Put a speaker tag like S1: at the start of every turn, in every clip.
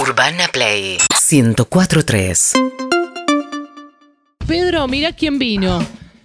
S1: Urbana Play 1043.
S2: Pedro, mirá quién vino.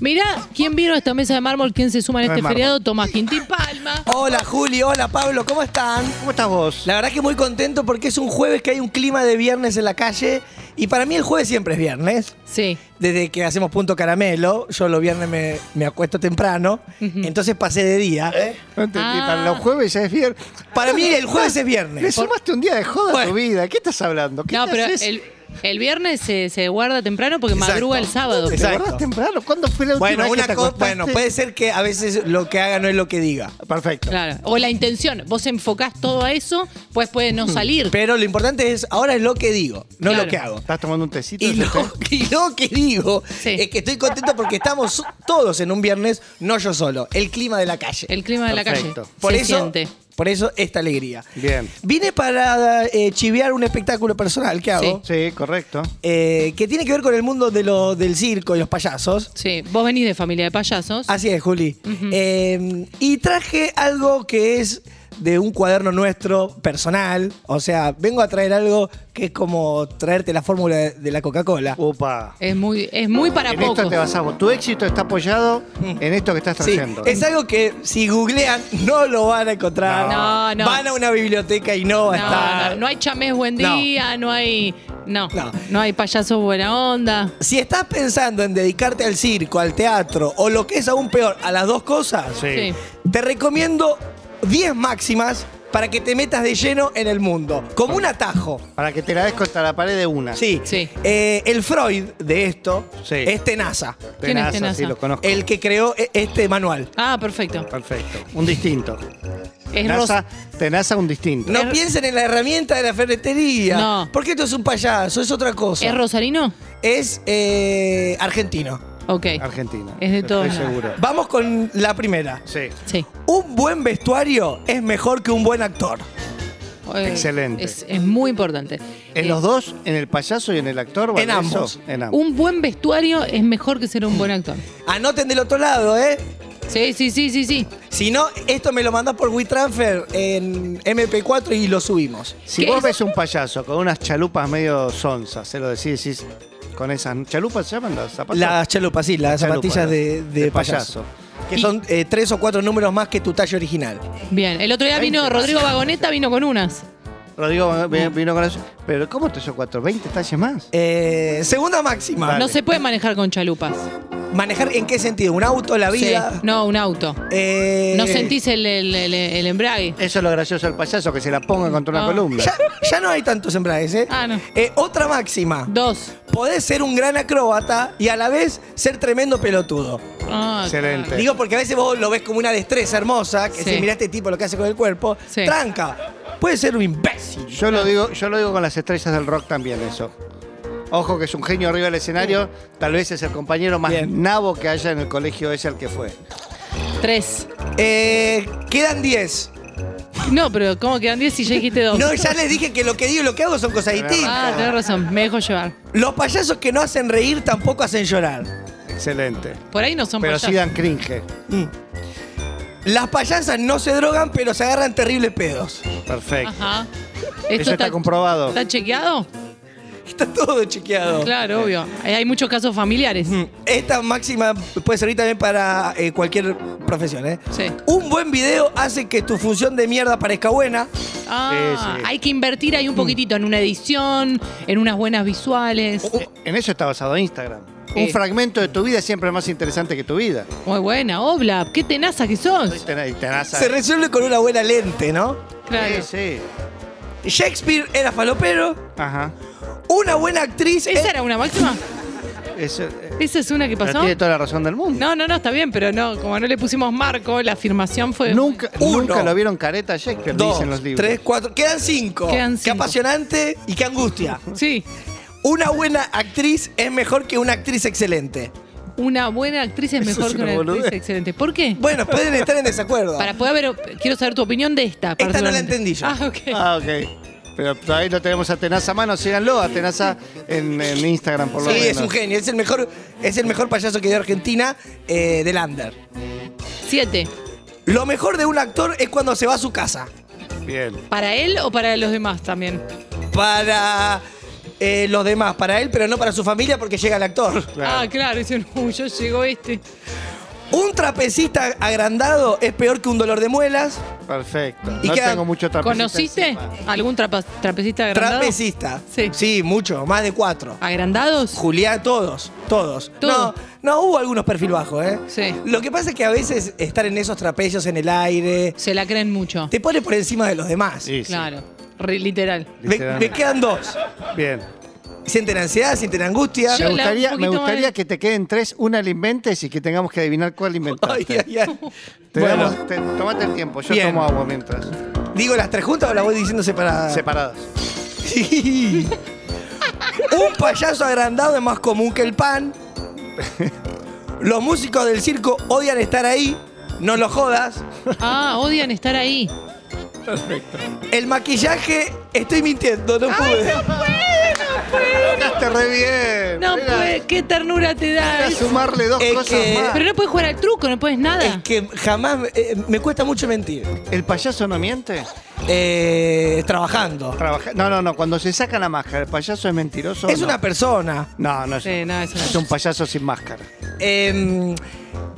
S2: Mirá quién vino a esta mesa de mármol, quién se suma en
S3: No
S2: este
S3: es mármol.
S2: feriado, Tomás Quintín Palma.
S4: Hola Juli, hola Pablo, ¿cómo están?
S3: ¿Cómo estás vos?
S4: La verdad que muy contento porque es un jueves que hay un clima de viernes en la calle y para mí el jueves siempre es viernes.
S2: Sí.
S4: Desde que hacemos punto caramelo, yo los viernes me, me acuesto temprano, entonces pasé de día.
S3: No entendí,
S2: Ah.
S3: para los jueves ya es viernes.
S4: Para mí el jueves es
S3: Le
S4: viernes.
S3: sumaste un día de joda a
S4: Bueno.
S3: tu vida. ¿Qué estás hablando? ¿Qué
S2: No,
S3: te
S2: pero
S3: haces?
S2: el, el viernes se, se guarda temprano porque
S4: Exacto.
S2: madruga el sábado.
S3: ¿Te
S4: Exacto.
S3: acordás temprano? ¿Cuándo fue la última
S4: Bueno,
S3: vez
S4: una
S3: que te
S4: co-
S3: acostaste?
S4: bueno, puede ser que a veces lo que haga no es lo que diga.
S3: Perfecto.
S2: Claro. O la intención. Vos enfocás todo a eso, pues puede
S3: Hmm.
S2: no salir.
S4: Pero lo importante es, ahora es lo que digo, no
S2: Claro.
S4: lo que hago.
S3: ¿Estás tomando un tecito?
S4: Y
S3: ese
S4: lo,
S3: té?
S4: y lo que digo
S2: Sí.
S4: es que estoy contento porque estamos todos en un viernes, no yo solo. El clima de la calle.
S2: El clima de la
S3: Perfecto.
S2: calle.
S4: Por
S2: se
S4: eso,
S2: siente.
S4: por eso esta alegría.
S3: Bien.
S4: Vine para eh, chiviar un espectáculo personal que hago,
S3: Sí, correcto.
S4: eh, que tiene que ver con el mundo de lo- del circo y los payasos.
S2: Sí. Vos venís de familia de payasos.
S3: Ah.
S4: Así es, Juli. Eh, y traje algo que es de un cuaderno nuestro personal. O sea, vengo a traer algo que es como traerte la fórmula de, de la Coca-Cola.
S3: Uh, Upa.
S2: Es muy, es muy para
S3: en
S2: poco.
S3: esto te basás vos. Tu éxito está apoyado en esto que estás
S4: Mm. Sí,
S3: trayendo.
S4: es algo que si googlean no lo van a encontrar.
S2: No, no.
S4: Van a una biblioteca y no va a
S2: No,
S4: estar.
S2: no, no hay chamés buen
S4: No.
S2: día, no, hay. No, no.
S4: No.
S2: hay payasos buena onda.
S4: Si estás pensando en dedicarte al circo, al teatro o lo que es aún peor, a las dos cosas,
S2: Sí.
S3: Sí.
S4: te recomiendo 10 máximas para que te metas de lleno en el mundo, como un atajo.
S3: Para que te la des contra la pared de una.
S4: Sí.
S2: Sí.
S4: Eh, el Freud de esto
S3: Sí.
S4: es Tenaza,
S2: ¿Quién es
S3: Tenaza,
S2: Tenaza?
S3: sí, lo conozco.
S4: el que creó e- este manual.
S2: Ah, perfecto.
S3: Perfecto. Un distinto.
S2: Es
S3: Tenaza, tenaza un distinto.
S4: No piensen en la herramienta de la ferretería.
S2: No.
S4: Porque esto es un payaso, es otra cosa.
S2: ¿Es rosarino?
S4: Es, eh, argentino.
S2: Ok.
S3: Argentina.
S2: Es de todos
S3: Estoy
S2: lados.
S3: seguro.
S4: Vamos con la primera.
S3: Sí.
S2: Sí.
S4: Un buen vestuario es mejor que un buen actor.
S2: Eh,
S3: Excelente.
S2: Es, es muy importante.
S3: En
S2: Eh,
S3: los dos, en el payaso y en el actor. ¿vale
S4: En
S3: eso?
S4: ambos.
S3: En ambos.
S2: Un buen vestuario es mejor que ser un buen actor.
S4: Anoten del otro lado, ¿eh?
S2: Sí, sí, sí, sí, sí.
S4: Si no, esto me lo mandás por WeTransfer en MP4 y lo subimos.
S3: Si
S2: ¿Qué
S3: vos
S2: es?
S3: ves un payaso con unas chalupas medio sonzas, se lo decís, decís, con esas chalupas se llaman las zapatas.
S4: Las chalupas, sí, las
S3: Chalupas,
S4: zapatillas de, de
S3: de
S4: payaso.
S3: payaso.
S4: Que
S2: Y-
S4: son eh, tres o cuatro números más que tu talla original.
S2: Bien. El otro día vino Rodrigo Vagoneta, vino con unas.
S3: Rodrigo vi- vino con eso. Pero ¿cómo te hizo cuatro? ¿20 talles más?
S4: Mm. Eh, segunda máxima.
S3: Dale.
S2: No se puede manejar con chalupas.
S4: ¿Manejar en qué sentido? ¿Un auto, la vida?
S2: Sí. No, un auto.
S4: Eh,
S2: No sentís el, el- el- el embrague.
S3: Eso es lo gracioso del payaso, que se la ponga contra una
S2: No.
S3: columna.
S4: Ya, ya no hay tantos embragues, ¿eh?
S2: Ah, no.
S4: Eh, otra máxima.
S2: Dos.
S4: Podés ser un gran acróbata y a la vez ser tremendo pelotudo.
S2: Ah,
S3: Excelente.
S4: Digo, porque a veces vos lo ves como una destreza hermosa, que
S2: Sí.
S4: si mirá este tipo lo que hace con el cuerpo,
S2: Sí.
S4: tranca. Puede ser un imbécil.
S3: Yo lo digo, yo lo digo con las estrellas del rock también eso. Ojo que es un genio arriba del escenario, tal vez es el compañero más
S4: Bien.
S3: nabo que haya en el colegio ese al que fue.
S2: Tres.
S4: Eh, quedan 10.
S2: No, pero ¿cómo quedan diez si ya dijiste dos?
S4: No, ya les dije que lo que digo y lo que hago son cosas distintas.
S2: Ah, tenés razón. Me dejo llevar.
S4: Los payasos que no hacen reír tampoco hacen llorar.
S3: Excelente.
S2: Por ahí no son
S3: Pero sí
S2: payasos.
S3: dan cringe.
S4: Mm. Las payasas no se drogan, pero se agarran terribles pedos.
S3: Perfecto.
S2: Ajá.
S3: Eso está comprobado.
S2: ¿Está chequeado?
S4: Está todo chequeado.
S3: Eh,
S2: Claro, obvio. Eh, Hay hay muchos casos familiares.
S4: Mm. Esta máxima puede servir también para eh, cualquier profesión, ¿eh?
S2: Sí.
S4: Un buen video hace que tu función de mierda parezca buena.
S2: Ah,
S3: Sí, sí.
S2: hay que invertir ahí un poquitito en una edición, en unas buenas visuales.
S3: Eh, En eso está basado Instagram.
S2: Eh.
S3: Un fragmento de tu vida es siempre más interesante que tu vida.
S2: Muy buena, Obla, qué tenaza que sos.
S3: Tena- y tenaza.
S4: Se resuelve con una buena lente, ¿no?
S2: Claro.
S3: Sí, sí.
S4: Shakespeare era falopero,
S3: Ajá.
S4: una buena actriz. eh,
S2: ¿Esa era una máxima?
S3: Eso, eh,
S2: ¿Esa es una que
S3: pero
S2: pasó?
S3: tiene toda la razón del mundo.
S2: No, no, no, está bien, pero no, como no le pusimos marco, la afirmación fue.
S3: Nunca,
S4: Uno.
S3: nunca lo vieron careta a Shakespeare,
S4: dos,
S3: dicen los libros.
S4: tres, cuatro. Quedan cinco.
S2: Quedan
S4: Qué
S2: cinco.
S4: apasionante y qué angustia.
S2: Sí,
S4: Una buena actriz es mejor que una actriz excelente.
S2: una buena actriz es
S3: Eso
S2: mejor que
S3: es una
S2: una actriz
S3: boludez.
S2: excelente. ¿Por qué?
S4: Bueno, pueden estar en desacuerdo.
S2: Para poder haber. Quiero saber tu opinión de esta.
S4: Esta no la
S2: particularmente.
S4: entendí yo.
S2: Ah, ok.
S3: Ah, ok. Pero todavía no tenemos a Tenaza a mano. Síganlo a Tenaza en, en Instagram, por lo
S4: sí,
S3: menos.
S4: es un genio. Es el mejor, es el mejor payaso que dio Argentina eh, del under.
S2: Siete.
S4: Lo mejor de un actor es cuando se va a su casa.
S3: Bien.
S2: ¿Para él o para los demás también?
S4: para eh, los demás, para él, pero no para su familia porque llega el actor.
S2: Ah, claro, dicen, uy, yo llegó este.
S4: Un trapecista agrandado es peor que un dolor de muelas.
S3: Perfecto.
S4: ¿Y
S3: no
S4: qué-
S3: tengo mucho trapecista
S2: Ah. ¿Conociste
S3: encima.
S2: algún trapa- trapecista agrandado?
S4: Trapecista.
S2: Sí.
S4: mucho, más de cuatro.
S2: ¿Agrandados?
S4: Julián, todos, todos.
S2: Todo.
S4: No, no hubo algunos perfil bajos, ¿eh?
S2: Sí.
S4: Lo que pasa es que a veces estar en esos trapecios en el aire
S2: Se la creen mucho.
S4: te pone por encima de los demás.
S3: Sí, sí,
S2: Claro, re- literal.
S4: Me,
S3: literalmente.
S4: me quedan dos.
S3: Bien.
S4: Sienten ansiedad, sienten angustia.
S2: Yo
S3: Me
S2: la- un
S3: gustaría, me
S2: poquito más
S3: gustaría
S2: de-
S3: que te queden tres, una la inventes y que tengamos que adivinar cuál
S4: Ay,
S3: inventaste.
S4: ay, ay.
S3: Te
S4: Bueno,
S3: damos- te- tomate el tiempo, yo
S4: Bien.
S3: tomo agua mientras.
S4: ¿digo las tres juntas o las voy diciendo separadas?
S3: Separadas.
S4: Sí. Un payaso agrandado es más común que el pan. Los músicos del circo odian estar ahí. No lo jodas.
S2: Ah, odian estar ahí.
S4: El maquillaje, estoy mintiendo, no pude.
S3: Ganaste re bien.
S2: No,
S3: Era-
S2: pues, qué ternura te da.
S3: era sumarle dos
S4: Es
S3: cosas
S4: que-
S3: más.
S2: Pero no puedes jugar al truco, no puedes
S4: Es
S2: nada.
S4: que jamás eh, me cuesta mucho mentir.
S3: ¿El payaso no miente?
S4: Eh, trabajando.
S3: Trabaja- No, no, no. Cuando se saca la máscara, ¿el payaso es mentiroso? o
S4: Es
S3: no?
S4: una persona.
S3: No, no es,
S2: Sí, no, es una-
S3: es un payaso sin máscara.
S4: Em,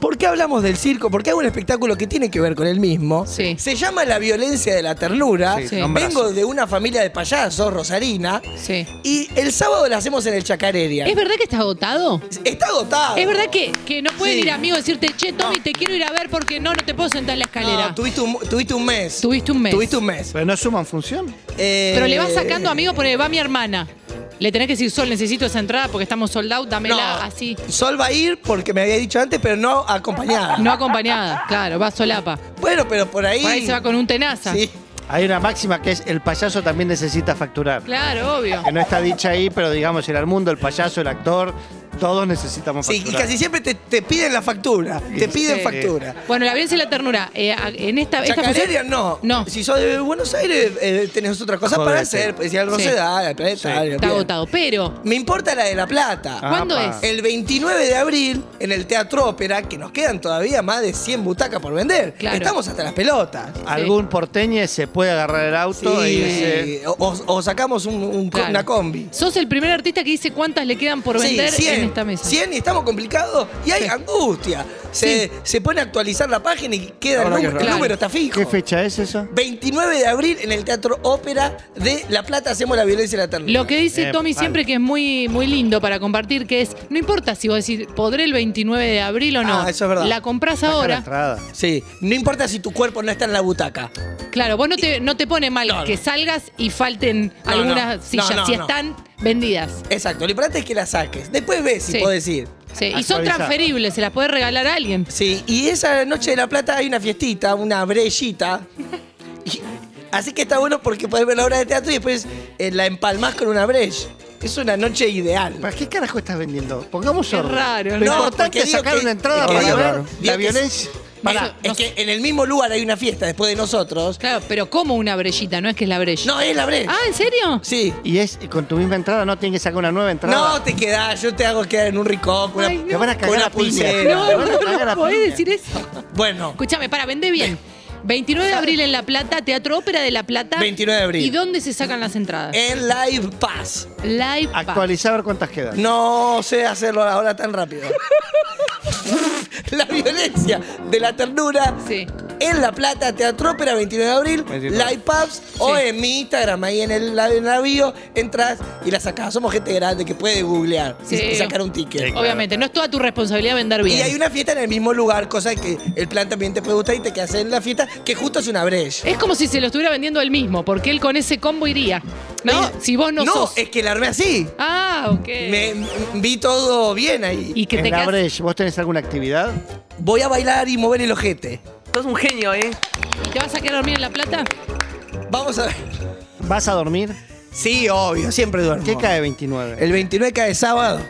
S4: ¿Por qué hablamos del circo? Porque hago un espectáculo que tiene que ver con el mismo.
S2: Sí.
S4: Se llama La violencia de la ternura.
S3: Sí,
S2: Sí.
S4: Vengo
S3: nombrazo.
S4: de una familia de payasos, Rosarina.
S2: Sí.
S4: Y el sábado la hacemos en el Chacareria.
S2: ¿Es verdad que estás agotado?
S4: Está agotado.
S2: ¿Es verdad que, que no pueden
S4: Sí.
S2: ir amigos a decirte, che, Tommy, te quiero ir a ver porque no, no te puedo sentar en la escalera?
S4: No, tuviste, un, tuviste un mes.
S2: Tuviste un mes.
S4: Tuviste un mes.
S3: Pero no suman función.
S4: Eh,
S2: Pero le vas sacando amigos porque va mi hermana. Le tenés que decir, Sol, necesito esa entrada porque estamos sold out,
S4: No,
S2: dámela así.
S4: Sol va a ir porque me había dicho antes, pero no acompañada.
S2: No acompañada, claro, va solapa.
S4: Bueno, pero por ahí.
S2: Por ahí se va con un tenaza.
S4: Sí.
S3: Hay una máxima que es el payaso también necesita facturar.
S2: Claro, obvio.
S3: Que no está dicha ahí, pero digamos, en el mundo, el payaso, el actor, todos necesitamos
S4: Sí, y
S3: facturar.
S4: casi siempre te, te piden la factura. Te piden
S2: Sí.
S4: factura.
S2: Bueno, la violencia y la ternura. eh, a- en esta, esta
S4: Chacareria
S2: función-
S4: no.
S2: No.
S4: Si sos de Buenos Aires, eh, tenés otras cosas para
S3: Jodete.
S4: hacer. pues, Si algo
S2: Sí.
S4: se da, el planeta.
S3: Sí.
S4: algo,
S2: Está
S4: bien.
S2: agotado. Pero,
S4: Me importa la de La Plata.
S3: Ah,
S2: ¿cuándo
S3: pa.
S2: es?
S4: El 29 de abril, en el Teatro Ópera, que nos quedan todavía más de 100 butacas por vender.
S2: Claro.
S4: Estamos hasta las pelotas.
S3: Algún porteñe se puede agarrar el auto y ese-
S4: Sí, o, o sacamos un- un co-
S2: Claro.
S4: una combi.
S2: Sos el primer artista que dice cuántas le quedan por
S4: Sí,
S2: vender
S4: 100,
S2: en esta mesa.
S4: 100 y estamos complicados y hay angustia. Se, se pone a actualizar la página y queda el,
S3: Ahora que
S4: número, el
S2: raro.
S4: número, está fijo.
S3: ¿Qué fecha es eso?
S4: 29 de abril en el Teatro Ópera de La Plata hacemos la violencia de la ternura.
S2: Lo que dice
S3: Eh,
S2: Tommy
S3: vale.
S2: siempre que es muy, muy lindo para compartir, que es, no importa si vos decís, podré el 29 de abril o no.
S4: Ah, eso es verdad.
S2: La compras
S3: Saca la
S2: ahora.
S3: entrada.
S4: Sí, no importa si tu cuerpo no está en la butaca.
S2: Claro, vos no te, no te pone mal
S4: No, no.
S2: que salgas y falten
S4: No,
S2: algunas
S4: no.
S2: sillas.
S4: No, no,
S2: si
S4: no.
S2: están vendidas.
S4: Exacto, lo importante es que la saques. Después ves si
S2: Sí.
S4: podés ir.
S2: Sí, Y son
S3: Actualizá.
S2: transferibles, se las puede regalar a alguien.
S4: Sí, y esa noche de La Plata hay una fiestita, una brellita. Y- así que está bueno porque podés ver la obra de teatro y después eh, la empalmás con una brech. Es una noche ideal.
S3: ¿Para qué carajo estás vendiendo? Pongamos
S2: Qué
S3: orden.
S2: raro,
S3: Lo
S2: ¿no?
S4: porque
S3: importante es
S4: digo
S3: sacar
S4: que-
S3: una entrada
S4: que
S3: para
S4: digo-
S3: ver
S4: digo
S3: la
S4: que-
S3: violencia.
S4: Pará,
S2: Eso,
S4: es
S2: no
S4: que en el mismo lugar hay una fiesta después de nosotros.
S2: Claro, pero como una brellita, no es que es la brella.
S4: No, es la brech.
S2: Ah, ¿en serio?
S4: Sí.
S3: Y es con tu misma entrada, no tienes que sacar una nueva entrada.
S4: No te quedás, yo te hago quedar en un rincón con una,
S2: Ay,
S3: Te van a
S4: con
S3: cagar
S4: una
S3: a piña.
S4: pulsera.
S3: Te
S2: No,
S3: van a cagar a
S2: no podés
S3: piña.
S2: decir eso.
S4: Bueno,
S2: Escúchame, para, vende bien. 29 de abril en La Plata, Teatro Ópera de La Plata.
S4: 29 de abril. Eh,
S2: ¿Y dónde se sacan las entradas?
S4: en Live Pass.
S2: Live Pass.
S3: Actualizá a ver cuántas quedan.
S4: No sé hacerlo ahora tan rápido. la violencia de la ternura.
S2: Sí.
S4: En La Plata, Teatro Ópera, 29 de abril,
S3: 29.
S4: Live Pubs o en mi Instagram, ahí en el, en la bio, entras y la sacás. Somos gente grande que puede googlear y-
S2: Sí.
S4: y sacar un ticket.
S2: Obviamente, no es toda tu responsabilidad vender bien.
S4: Y hay una fiesta en el mismo lugar, cosa que el plan también te puede gustar y te quedas en la fiesta, que justo es una brecha.
S2: Es como si se lo estuviera vendiendo él mismo, porque él con ese combo iría. ¿No? si vos no,
S4: Eh, No,
S2: sos.
S4: es que la armé así.
S2: Ah, ok.
S4: Me, m- vi todo bien ahí.
S2: Y que
S3: en
S2: te
S3: la
S2: quedas.
S3: Breche, ¿vos tenés alguna actividad?
S4: Voy a bailar y mover el ojete.
S5: Sos un genio, ¿eh?
S2: ¿Te vas a quedar a dormir en La Plata?
S4: Vamos a ver.
S3: ¿Vas a dormir?
S4: Sí, obvio, siempre duermo.
S3: ¿Qué cae 29?
S4: El 29 cae sábado.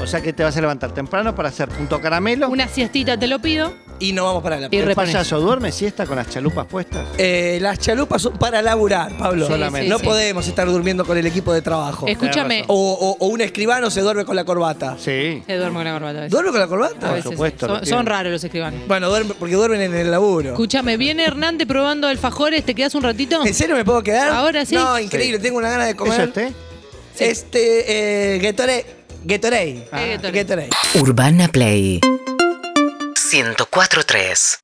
S3: O sea que te vas a levantar temprano para hacer punto caramelo.
S2: Una siestita te lo pido.
S4: y no vamos para la
S2: Y
S3: ¿El
S2: reponés.
S3: payaso duerme siesta con las chalupas puestas?
S4: Eh, las chalupas son para laburar, Pablo.
S3: Sí, Solamente. sí,
S4: no
S2: sí.
S4: podemos estar durmiendo con el equipo de trabajo.
S2: Escúchame.
S4: O, o- o un escribano se duerme con la corbata.
S3: Sí.
S2: Se duerme Eh, con la corbata. a veces.
S4: ¿Duerme con la
S2: A
S4: corbata?
S2: veces sí.
S3: supuesto, lo
S2: Son,
S3: tiene.
S2: son raros los escriban.
S4: Bueno, duerme, porque duermen en el laburo.
S2: Escúchame, viene Hernández probando alfajores, ¿te quedas un ratito?
S4: ¿En serio me puedo quedar?
S2: Ahora sí.
S4: No, increíble, tengo una gana de
S3: ¿Eso
S4: comer.
S3: es té?
S2: Sí.
S4: Este, eh, Gatorade. Gatorade.
S2: Eh, Gatorade.
S4: Gatorade.
S1: Urbana Play 104.3